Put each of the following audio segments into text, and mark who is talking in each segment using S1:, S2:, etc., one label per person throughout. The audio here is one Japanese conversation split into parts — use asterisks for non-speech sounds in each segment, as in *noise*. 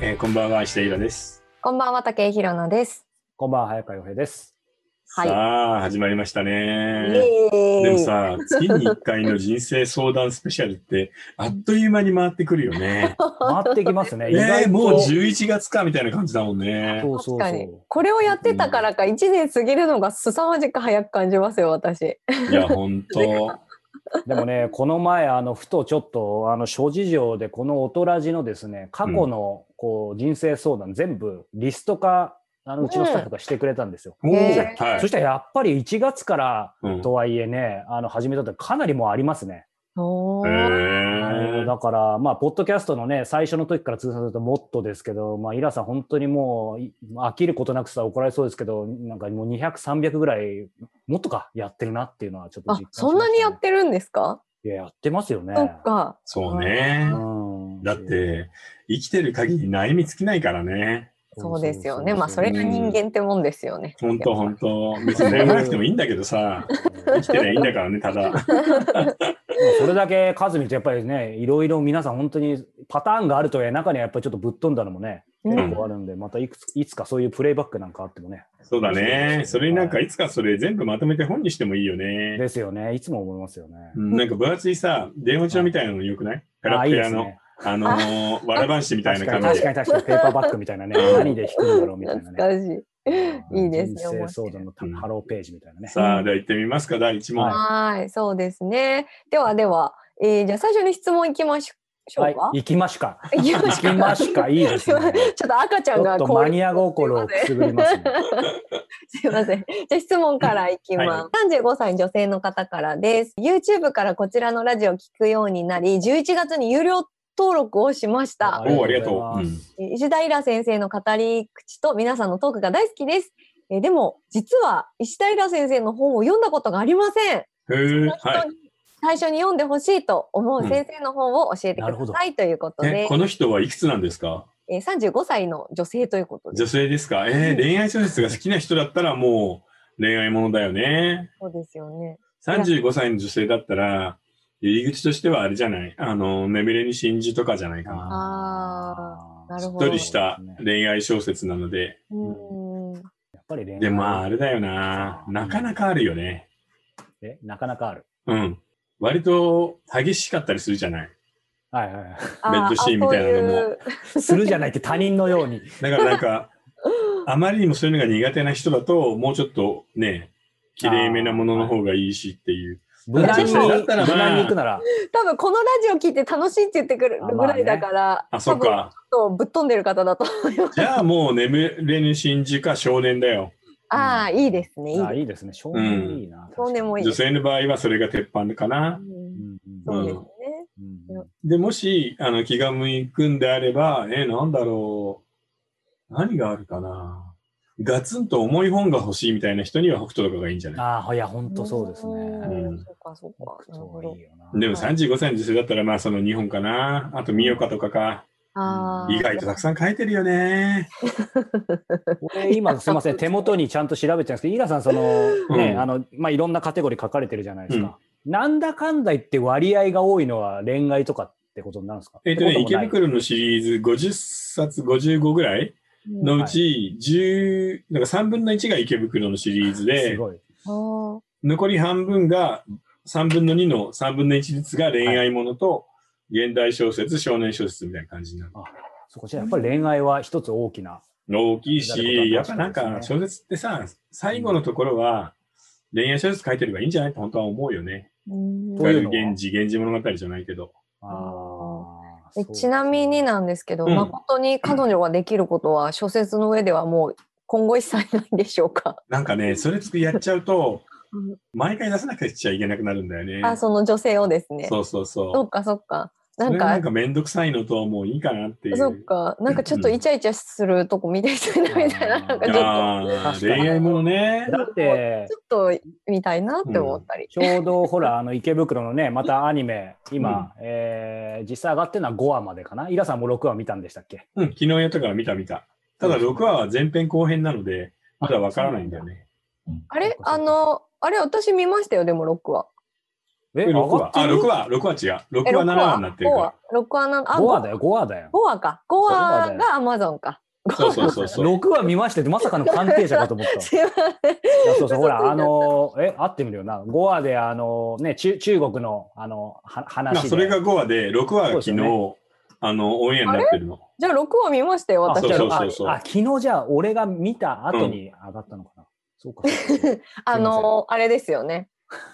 S1: えーこんばんは、石田ひろです。
S2: こんばんは、竹井ひろなです。
S3: こんばんは、早川洋平です。
S2: はい。
S1: さあ、始まりましたね。
S2: イエーイ
S1: でもさ、月に1回の人生相談スペシャルって、あっという間に回ってくるよ
S2: *laughs*
S1: ね。
S3: 回ってきますね。
S1: えー、もう
S3: 十
S1: 11月かみたいな感じだもんね。
S3: そうそう
S2: 確か
S3: そ
S2: に
S3: う。
S2: これをやってたからか、一年過ぎるのが凄まじく早く感じますよ、私。
S1: いや、ほん
S2: *laughs*
S1: と。
S3: でもね、この前、あの、ふとちょっと、あの、諸事情で、このおとらじのですね、過去の、こう、人生相談、全部、リスト化、あの、うちのスタッフがしてくれたんですよ。
S1: おー
S2: え
S1: は
S3: そ
S1: い
S3: したら、やっぱり1月から
S1: うん
S3: とはいえね、あの、始めたってかなりもうありますね。
S2: お
S1: え
S2: ー
S3: あの
S1: ー
S3: だから、まあ、ポッドキャストのね、最初の時から通算するともっとですけど、まあ、イラさん、本当にもうい、飽きることなくさ、怒られそうですけど、なんかもう200、300ぐらい、もっとか、やってるなっていうのは、ちょっと
S2: あ
S3: 実感しま、したね
S2: そんなにやってるんですか、
S3: いや、やってますよね。
S2: そっか。
S1: そうね。
S3: うん
S1: だっ、て、生きてる限り悩み尽きないからね。
S2: そうですよね。まあ、それが人間ってもんですよね。
S1: ほんとほんと。別に悩まなくてもいいんだけど
S2: *laughs*
S1: さ、生きてりゃいいんだからね、ただ。
S3: それだけ数見ると、やっぱりね、いろいろ皆さん、本当にパターンがあるとはいえ、中にはやっぱりちょっとぶっ飛んだのもね、
S2: うん
S3: 結構あるんで、またいくついつかそういうプレイバックなんかあってもね、
S1: そうだね。それになんかいつかそれ全部まとめて本にしてもいいよね。
S3: ですよね、いつも思いますよね。
S1: うんなんか分厚いさ、電話帳みたいなのよくないペラ
S3: あ、
S1: ッ
S3: いい
S1: ペ
S3: で
S1: ラ
S3: す
S1: の、
S3: ね。
S1: あのー、わらばんしみたい
S3: 確
S1: な
S3: かに
S1: 感
S3: 確
S1: じ
S3: かに確かにペーパーバッグみたいなね何で弾くんだろうみたいな
S2: 懐
S3: ね
S2: かしい。いいですね
S3: 人生相談のた
S1: うん
S3: ハローページみたいなね
S1: さあ、では行ってみますか、第1問。
S2: はい、そうですね。ではでは、えーじゃあ最初に質問いきましょうか。
S3: はい行きましか
S2: いきま
S3: 行きましかいいですね
S2: *laughs* ちょっと赤ち
S3: ち
S2: ゃん
S3: ょ
S2: が
S3: っとマニア心をくすぐりますね
S2: すいません。じゃあ質問からいきます。35歳女性の方からです。YouTube からこちらのラジオを聞くようになり、11月に有料登録をしました。
S1: おお、ありがとう。
S3: ありがとうございま
S2: 石田イラ先生の語り口と皆さんのトークが大好きです。えーでも、実は石田イラ先生の本を読んだことがありません。
S1: うんへえ、
S2: 本当
S1: は
S2: に最初に読んでほしいと思う先生の本を教えてくだ
S3: うん
S2: さい、ということ
S1: い。え
S2: で、
S1: この人はいくつなんですか
S2: えー35歳の女性ということで
S1: 女性ですかえー、恋愛小説が好きな人だったらもう恋愛ものだよね。
S2: そうですよね。
S1: 35歳の女性だったら、入り口としてはあれじゃないあの、眠れに真珠とかじゃないかな。
S2: あなる
S1: しっ
S2: ほ
S1: と
S2: ど
S1: りした恋愛小説なので、
S2: うん
S3: やっぱり恋愛
S1: で、まあ、あれだよな、なかなかあるよね。
S3: えなかなかある
S1: うん。割と激しかったりするじゃない。
S3: はいはいは
S2: あ
S1: ベッドシーンみたいなのも
S2: あそういう
S3: いするじゃないって他人の
S1: *laughs*
S3: ように
S1: だからなんか、あまりにもそういうのが苦手な人だと、もうちょっとね、綺麗めなものの方がいいしっていう。
S3: 無難に
S2: だ
S1: ったらまあ
S3: 無難に行くなら
S2: 多分このラジオ聞いて楽しいって言ってくるぐらいだから、
S1: あ、そっか。
S2: 多分ちょっとぶっ飛んでる方だと思います。
S1: じゃあもう眠れぬ真珠か少年だよ。
S2: ああ、いいですね。いいです
S3: あ
S2: ね
S3: いいですね少年いいな
S2: 少年もいい
S1: 女性の場合はそれが鉄板かな。
S2: うん
S3: う
S1: う
S3: ん
S2: そう
S3: うん
S2: です
S1: ん
S2: ね。
S3: うんうん
S1: で、もし、あの、気が向くんであれば、えー、なんだろう。何があるかな。ガツンと重い本が欲しいみたいな人には北斗とかがいいんじゃない
S3: ああいや本当そうですね
S2: うん
S1: うん
S2: そうか、そうか。なるほ
S3: そう
S2: ど
S3: いい。よな
S1: でも
S2: はい
S1: 35歳の女性だったら、まあその2本かな。あと、ミヨカとかか。
S2: ああ。
S1: 意外とたくさん書いてるよね。
S3: これ今すみません手元にちゃんと調べてるんですけど、イラさんそのね、
S1: うん
S3: あのまあいろんなカテゴリー書かれてるじゃないですか。なんだかんだ言って割合が多いのは恋愛とかってことになるんですか。
S1: えっ、とね、
S3: ってこと
S1: 池
S3: もない
S1: 袋のシリーズ50冊55ぐらいのうち、10、なんか3分の1が池袋のシリーズ
S3: す
S1: で、
S3: ご
S2: う
S3: い。
S2: んあ
S1: 残り半分が3分の2の3分の1ずつが恋愛ものと、現代小説、少年小説みたいな感じになる。
S3: そこじゃやっぱり恋愛は一つ大きな。
S1: 大きいし、やっぱなん
S3: なるほ
S1: か
S3: ど
S1: 小説ってさ、最後のところは恋愛小説書いてればいいんじゃないって本当は思うよね。
S2: ーうん
S1: い
S3: ど
S1: わ
S3: うい
S1: ゆ
S3: う
S1: る
S3: の
S1: 源氏、源氏物語じゃないけど。
S2: え
S3: あーそう
S2: ちなみになんですけど、
S1: うん
S2: 誠に彼女ができることは小説の上ではもう今後一切ないんでしょうか、
S1: なんかね、それつくやっちゃうと
S2: うん、
S1: 毎回出さなくちゃいけなくなるんだ *laughs* よね。
S2: あその女性をですね。
S1: そうそうそう。
S2: そっかそっか。な
S1: そ
S2: ん
S1: れがなん
S2: か
S1: かめんどくさいのと、もういいかなっていう。
S2: そっか、なんかちょっとイチャイチャするとこ見てみたいなみたいな、
S3: うん
S2: なんかちょっ
S1: あー
S3: 確かに
S1: 恋愛ものね。
S3: だって
S2: と、ちょっと見たいなって思ったり。
S3: ちょうどほらあの池袋のねまたアニメ今、えー実際上がってるのは5話までかな。イラさんも6話見たんでしたっけ。
S1: うん、昨日やったから見た見た。ただ6話は前編後編なので、まだわからないんだよね。
S2: あれ
S3: そっかそ
S2: あ
S3: っか
S2: の、あれ私見ましたよ、でも6話。
S3: え、
S1: え6
S3: 上
S1: 話
S3: がっ。て
S1: あ、
S3: る
S1: 6話、6話違う。
S2: え
S1: 6話、7話になってる
S2: 5
S1: か
S2: 話6話なんあ
S3: ?5 話だよ、5話だよ。
S2: 5話か5話
S3: 5話だ
S2: がアマゾンか
S1: ら。そうそうそうそう。
S3: 6話見ましてってまさかの鑑定者かと
S1: *laughs*
S3: 思った。
S2: すいません
S3: いやそうそう、ほら、
S2: 嘘ついちゃった
S3: あの、え、合ってみるよな。5話で、あの、ね、中中国の、あの、は話
S1: まあ
S3: で。
S1: それが5話で、6話が昨
S3: そ
S1: 日、
S3: うですよ
S1: あの、オンエアになってるの。
S2: じゃあ6話見ましたよ
S3: あ
S2: 私
S1: そう
S2: は
S1: そうそうそう。
S3: あ、昨日じゃあ、俺が見た後に上がったのかな。そうか。そうか
S2: あのあれですよね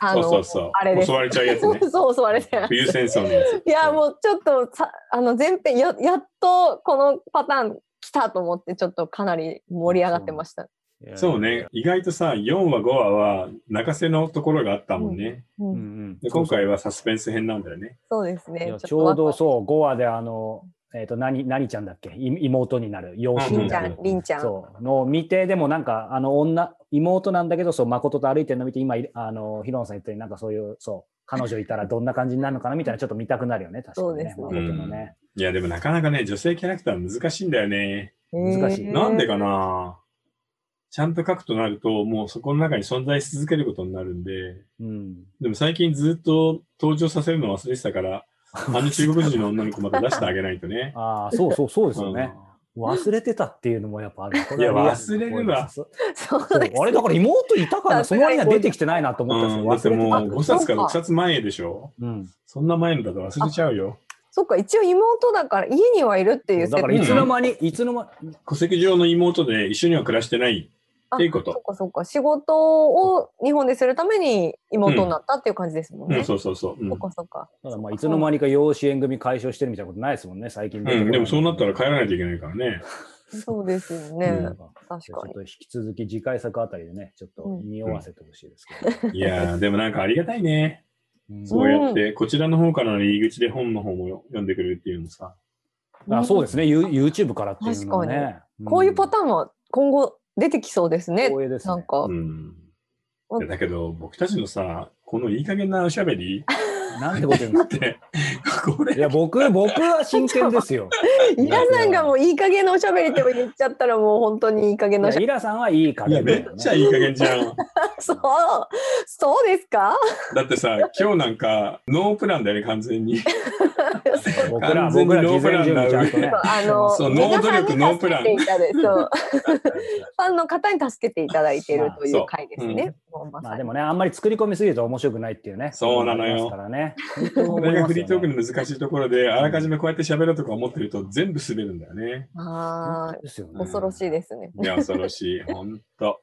S2: あ
S1: そう
S2: の
S1: そうそう。
S2: あれです
S1: 襲われちゃうやつね。
S2: そうそうあれだよ
S1: 冬戦争のやつ。
S2: いやもうちょっとさあの前編ややっとこのパターン来たと思ってちょっとかなり盛り上がってました。
S3: いや
S1: *laughs* そうね。。意外とさ、4話、5話は泣かせのところがあったもんね。
S2: う、
S3: うんうんん
S1: で今回はサスペンス編なんだよね。
S2: そうです
S3: い
S2: ね
S3: や。ちょうど
S2: う。
S3: そう、5話で、あの、えっと、何、何ちゃんだっけい妹になる、養子
S1: う
S2: り
S3: に
S2: んち
S3: な
S2: ゃ
S3: る
S2: ん、。りんちゃん。
S3: そうのを見てでもなんかあの女妹なんだけどそう誠と歩いてるの見て今いあのヒロンさん言ったようになんかそういうそう彼女いたらどんな感じになるのかなみたいなちょっと見たくなるよね確かにね
S2: そう
S1: ですね
S3: 誠のね、
S1: いや、でもなかなかね、女性キャラクター難しいんだよね。
S3: 難しい
S2: へー
S1: なんでかなちゃんと書くとなると、もうそこの中に存在し続けることになるんで、
S3: うん、。
S1: でも最近ずっと登場させるの忘れてたから、あの中国人の女の子また出してあげないとね
S3: ああそうそうそうですよね、忘れてたっていうのもやっぱあるこはリアル
S1: いや忘れるわ
S3: そう
S2: そうです。
S3: あれだから妹い
S2: *laughs*
S3: たからその割には出てきてないなと
S1: う
S3: 思ったん
S1: ん。だっ
S3: です
S1: て
S3: よ、
S1: も
S3: 忘れて
S1: う
S3: た
S1: 5冊か6冊前でしょ
S3: うん、
S1: そんな前のだと忘れちゃうよ。
S2: そっか一応妹だから家にはいるっていう
S3: だからい
S1: 一
S3: つ
S1: 応
S3: の間に、いつの間に
S1: 戸籍上の妹で一緒には暮らしてないっていうこ
S2: そっ
S1: と。
S2: かそっか仕事を日本でするために妹になったっていう感じですもん
S1: う
S2: ね。
S1: ん、そうそうそう。うん
S2: そっかそっか。
S3: ただまあいつの間にか養子縁組解消してるみたいなことないですもんね最近出て
S1: う
S3: こ
S1: ん、
S3: い
S1: でもそうなったら帰らないといけないからね。
S3: *laughs*
S2: そうですよね。
S1: うん
S2: 確
S3: ちょ
S2: か
S3: っ
S2: に。
S3: と引き続き次回作あたりでね、ちょっと匂わせてほしいですけど。
S1: いやー、でもなんかありがたいね。
S3: うん
S1: そうやって、こちらの方からの入り口で本の方も読んでくれるっていうのさ。
S3: あそうですね、ユ YouTube からっていうのも
S2: 確
S3: ね。ん
S2: こういうパターンは今後出てきそうですね。
S3: 光栄ですね
S2: なんか、
S1: うん。いやだけど、僕たちのさ、このいい加減なおしゃべ
S3: *laughs*
S1: り
S3: なんてこと言うん
S1: だ
S3: で
S1: っ
S3: す
S1: て、こ
S3: か。い
S1: れ、
S3: や、僕、僕は真剣で
S2: *laughs*
S3: すよ。
S2: イラさんがもういい加減なおしゃべりって言っちゃったらもう本当にいい加減
S3: い
S2: なお
S3: や
S2: しゃべり。
S3: イラさんはいいか
S1: いや、
S3: ら、
S1: めっちゃいい加減じゃん。
S2: *laughs* そう、そうですか
S1: だってさ、今日なんか、ノープランだよね、完全に。
S3: 僕ら、
S1: 完全に
S3: 僕ら、
S1: ノー
S3: 事
S1: プラ
S3: 前
S1: ン
S3: 準
S1: な
S3: 備ちゃんとね。
S2: あの、
S1: そう
S2: 皆さん
S1: ノー努力
S2: に
S1: ノープラン
S2: 助けていただいてそうファンの方に助けていただいてるという回ですね。もうま
S3: ま
S2: さ
S3: あで
S2: に。
S3: もね、あんまり作り込みすぎると面白くないっていうね。
S1: そうなのよ
S3: ありますからね。
S1: これがフリートークの難しいところで、あらかじめこうやって喋ろうとか思ってると、全部滑るんだよね。
S2: あ
S3: ですよ
S2: あ、
S3: ね。
S2: 恐ろしいですね。
S1: いや、恐ろしい。ほんと。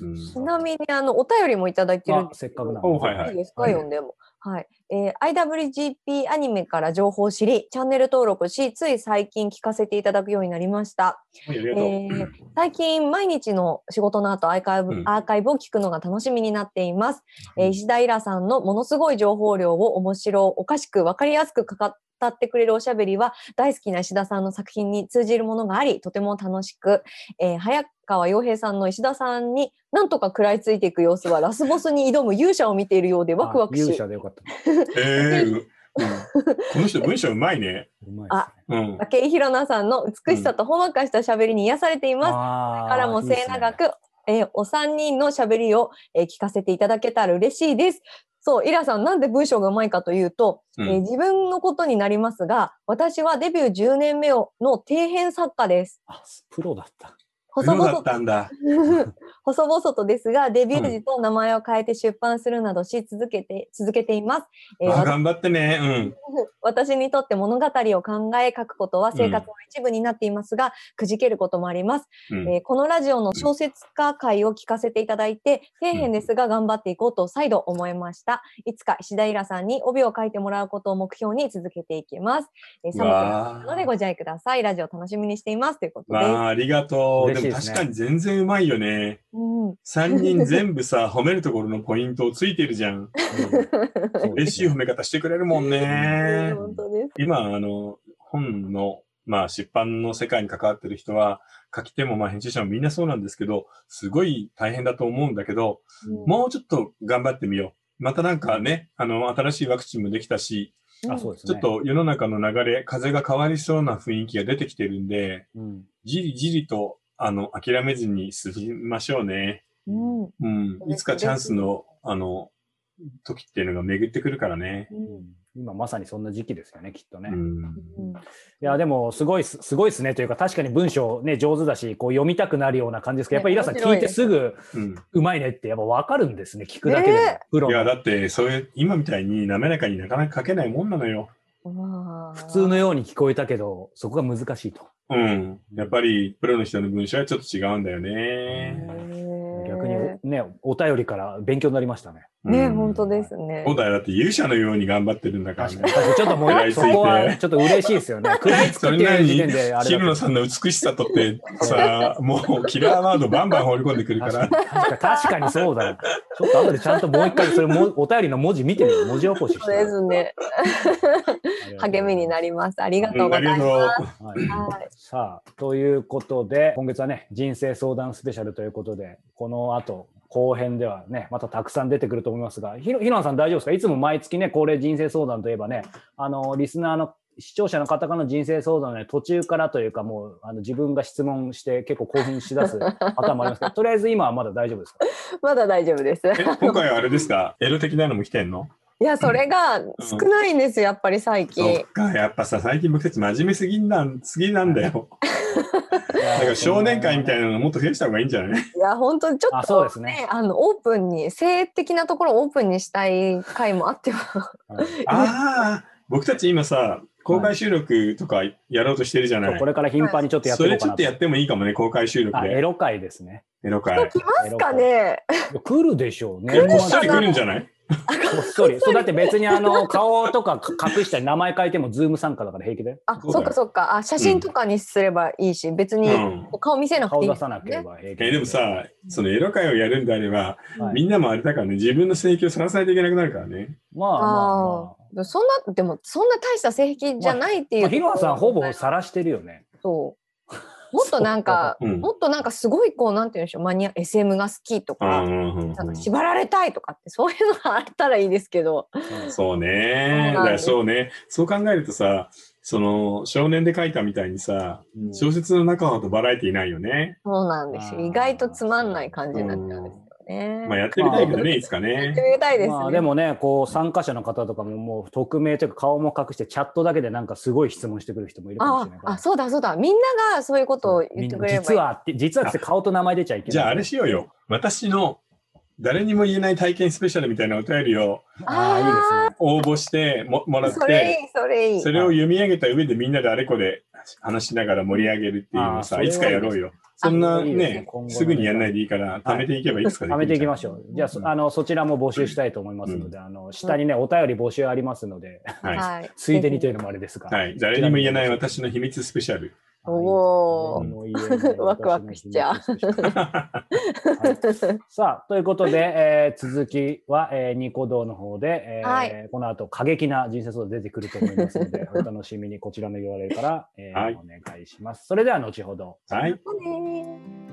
S1: うん
S2: ちなみにあのお便りもいただいてるん
S3: まあ
S2: で
S3: せっかくな
S1: お
S3: の
S1: は
S3: で。
S1: いはい
S2: いですか、
S1: はい
S2: 読んでも。はい、えー IWGP アニメから情報を知り、チャンネル登録し、つい最近聞かせていただくようになりました。
S1: はいありが
S2: え
S1: とう。
S2: ー最近、毎日の仕事の後アーカイブ、
S1: うん
S2: アーカイブを聞くのが楽しみになっています。えー石田イラさんのものすごい情報量を面白おかしく分かりやすくかか語ってくれるおしゃべりは大好きな石田さんの作品に通じるものがありとても楽しく、えー早川洋平さんの石田さんになんとか食らいついていく様子はラスボスに挑む勇者を見ているようでワクワク
S3: あ勇
S2: し
S3: 者でよかった。
S1: えーううんこの人文章うまいね。
S3: うまいです
S2: あ
S3: ね。
S1: うん。
S2: 武井宏奈さんの美しさとほんわかしたしゃべりに癒されています。
S3: あー
S2: からも末
S3: いい
S2: 永
S3: です
S2: く、えーお三人のしゃべりを、えー聞かせていただけたら嬉しいです。そう、イラさん、なんで文章がうまいかというと、
S1: うん
S2: えー自分のことになりますが、私はデビュー10年目をの底辺作家です。
S3: あ、プロだった。
S2: *laughs* 細
S1: プロだ
S2: 々
S1: っ
S2: と、
S1: たんだ。
S2: *laughs* 細々とですが、デビュー時と名前を変えて出版するなどし続けて、続けています。えー
S1: あ
S2: わ
S1: 頑張ってね。うん。
S2: 私にとって物語を考え書くことは生活の一部になっていますが、くじけることもあります。
S1: うん
S2: えーこのラジオの小説家会を聞かせていただいて、底辺ですが頑張っていこうと再度思いました。いつか石田イラさんに帯を書いてもらうことを目標に続けていきます。えー、
S1: う
S2: 寒くなっ
S1: わ
S2: たので
S1: ー
S2: ご自愛ください。ラジオ楽しみにしていますということで
S1: わあ、ありがとう。
S3: 嬉し
S1: で
S3: い
S1: も
S3: です
S1: 確
S3: ね
S1: かに全然うまいよね。
S2: す。うん、
S1: 3人全部さ、褒めるところのポイントをついてるじゃん。
S3: うん
S1: 嬉しい褒め方してくれるもんね。
S2: *laughs* 本当です。
S1: 今、あの、本の、まあ、出版の世界に関わってる人は、書き手も、まあ、編集者もみんなそうなんですけど、すごい大変だと思うんだけど、もうちょっと頑張ってみよう。またなんかね、あの、新しいワクチンもできたし、
S2: うん
S3: あ、そうです
S1: ち
S3: ね。
S1: ょっと世の中の流れ、風が変わりそうな雰囲気が出てきてるんで、
S3: うん、
S1: じりじりと、あの、諦めずに進みましょうね。
S2: うん
S1: うん。いつかチャンスの、あの、時っていうのが巡ってくるからね。
S3: うん今まさにそんな時期ですよね、きっとね。
S1: う
S3: い
S1: ん。
S2: うん
S3: や、でも、すごいっす、すごいですね。というか、確かに文章ね、上手だし、こう読みたくなるような感じですけど、やっぱりイラさん
S2: ね面白
S3: 聞
S2: い
S3: いて
S2: です
S3: すぐ、
S1: うん
S3: うまいねって、やっぱ分かるんですね。聞くだけでも。
S2: ね
S3: プロ
S1: い
S3: の
S1: や、だって、そういう、今みたいに滑らかになかなか書けないもんなのよ。
S2: わあ
S3: 普通のように聞こえたけど、そこが難しいと。
S1: うん。やっぱり、プロの人の文章はちょっと違うんだよ
S2: へ
S1: ね。
S2: え
S3: 逆にね、お便りから勉強になりましたね。
S2: ね、
S1: うん
S2: 本当ですね。
S1: そうだよ。だって勇者のように頑張ってるんだから
S3: 確か
S1: ね
S3: に。。ちょっと
S1: *laughs*
S3: も
S1: 食ら
S3: う、
S1: いつい
S3: そ
S1: て
S3: こはちょっと嬉しいですよね。食らいつく
S1: そ
S3: っ
S1: れ
S3: て
S1: なの
S3: いう時点
S1: に
S3: で、あ、れ
S1: 渋
S3: だ
S1: 野さんの美しさとってさ、もうキラーワードバンバン放り込んでくるか
S3: 確からに、確かに確かにそうだな。ちょっと後でちゃんともう一回、それも、お便りの文字見てみる。文字起こしして
S2: そうですね。励みにな
S3: り
S2: ります。ありがとうご
S1: うん。
S2: ざ
S1: あ
S2: い
S1: り
S2: ま
S1: が
S2: す。
S1: とう。
S3: ます。はい
S2: はい
S3: さあ、ということで、今月はね、人生相談スペシャルということで、この後、後編ではね、またたくさん出てくると思いますが、ひろひろなさん大丈夫ですかいつも毎月ね、恒例人生相談といえばね、あの、リスナーの視聴者の方からの人生相談の、ね、途中からというか、もうあの自分が質問して結構興奮しだ *laughs* すパターンもありますけど、とりあえず今はまだ大丈夫ですか
S2: まだ大丈夫です。
S1: え、今回はあれですかエロ的なのも来てんの
S2: いや、それが少ないんですよ、やっぱり最
S1: そっ。
S2: 近
S1: か、やっぱさ、最近僕たち真面目すぎなん、すぎなんだよ。だから少年会みたい
S3: な。
S1: なのもっと増やした方がいいんじゃない
S2: いや、本当にちょっ
S3: あ、
S2: と
S3: そうですね。
S2: ね、あのオープンに性的なところをオープンにしたい回もあっては
S3: はい
S1: ああ、僕たち今さ、公開収録とかやろうとしてるじゃない。
S3: これから頻繁にちょっとやって
S1: そ
S3: いこ
S1: れ
S3: う
S1: ち
S3: か
S1: ょっ
S3: な
S1: とやってもいいかもね、公開収録
S3: あ、エ
S1: で。
S3: ロ会ですね。
S1: エロ会。
S2: 来ますか
S3: *laughs*
S2: ね。
S3: いや来るでしょうね。
S1: こっそり来るんじゃない
S3: こっそり。そうだって別にあの顔とか隠したり名前変えてもズーム参加だから平気で。
S2: あ、
S1: そうだよ
S2: そっかそっか。あ、写真とかにすればいいし、別に
S1: うん
S2: お顔見せなく
S3: 顔
S2: ていいです
S3: 出さ
S2: よ
S3: なけれ
S2: ね。
S3: ば平気
S1: えでも、さ、そのエロ会をやるんであれば、
S3: はい
S1: みんなもあれだからね、自分の性域をさらさないといけなくなるからね。
S3: まあま
S2: ああ、そんなでもそんな大した性癖じゃないっていう
S3: あま
S2: とこ
S3: あ。ヒ
S2: ろ
S3: ロ
S2: は。
S3: アさんほぼ晒してるよね。
S2: そう。もっとなんか、
S1: うん。
S2: もっとなんかすごいこうなんて言うんでしょう、マニア SM が好きと
S1: うん
S2: か、
S1: うんうん
S2: なん
S1: う
S2: か
S1: ん
S2: 縛られたいとかってそういうのがあったらいいですけど。
S1: そう
S2: そうなんで
S1: ね。
S2: す
S1: だからそうね。そう考えるとさ、その少年で書いたみたいにさ、
S3: うん
S1: 小説の中ほどバラエティないよね。
S2: そうなんです
S3: あ
S2: よ。
S3: ー
S2: 意外とつまんない感じになっちゃうんですよね。
S1: まあやってみたいけど
S2: まあ
S1: ね、いつか
S2: やって
S1: ね。
S2: みたいですね。
S3: まあでもね、こう参加者の方とかももう匿名というか顔も隠してチャットだけでなんかすごい質問してくる人もいるかもし
S2: あ
S3: れないから。
S2: あ、そうだそうだ。みんながそういうことを言ってくれれば
S3: 実
S2: いい。
S3: はって、実はって顔と名前出ちゃいけない。
S1: じゃああれしようよ。私の誰にも言えない体験スペシャルみたいなお便りを
S3: ああ、いいですね。
S1: 応募してももらっ
S2: それ
S1: て、
S2: いい、それいい
S1: そ。れを読み上げた上でみんなであれこれ話しながら盛り上げるっていうのを
S3: あ
S1: さ、
S3: ー
S1: いつかやろうよ。そんなね、すぐにやんないでいいから、貯めていけばいくつかでき
S3: 貯めていき
S1: ま
S3: ましょう。じゃあそ、あの、そちらも募集したいと思いますので、あの、下にね、お便り募集ありますので、 *laughs*
S1: す。は
S2: はい。
S3: ついでにというのもあれですが。
S1: い。はい。誰にも言えない私の秘密スペシャル。
S2: おー
S3: もう言えない
S2: ワクワクしちゃう
S3: 私の秘密でしたはいさあ、ということで、えー続きは、えーニコ動の方で、えー
S2: はい
S3: この後、過激な人生相談出てくると思いますので、お楽しみにこちらの URL から、えー
S1: はい
S3: お願いします。それでは、後ほど。
S1: はい。
S2: またねー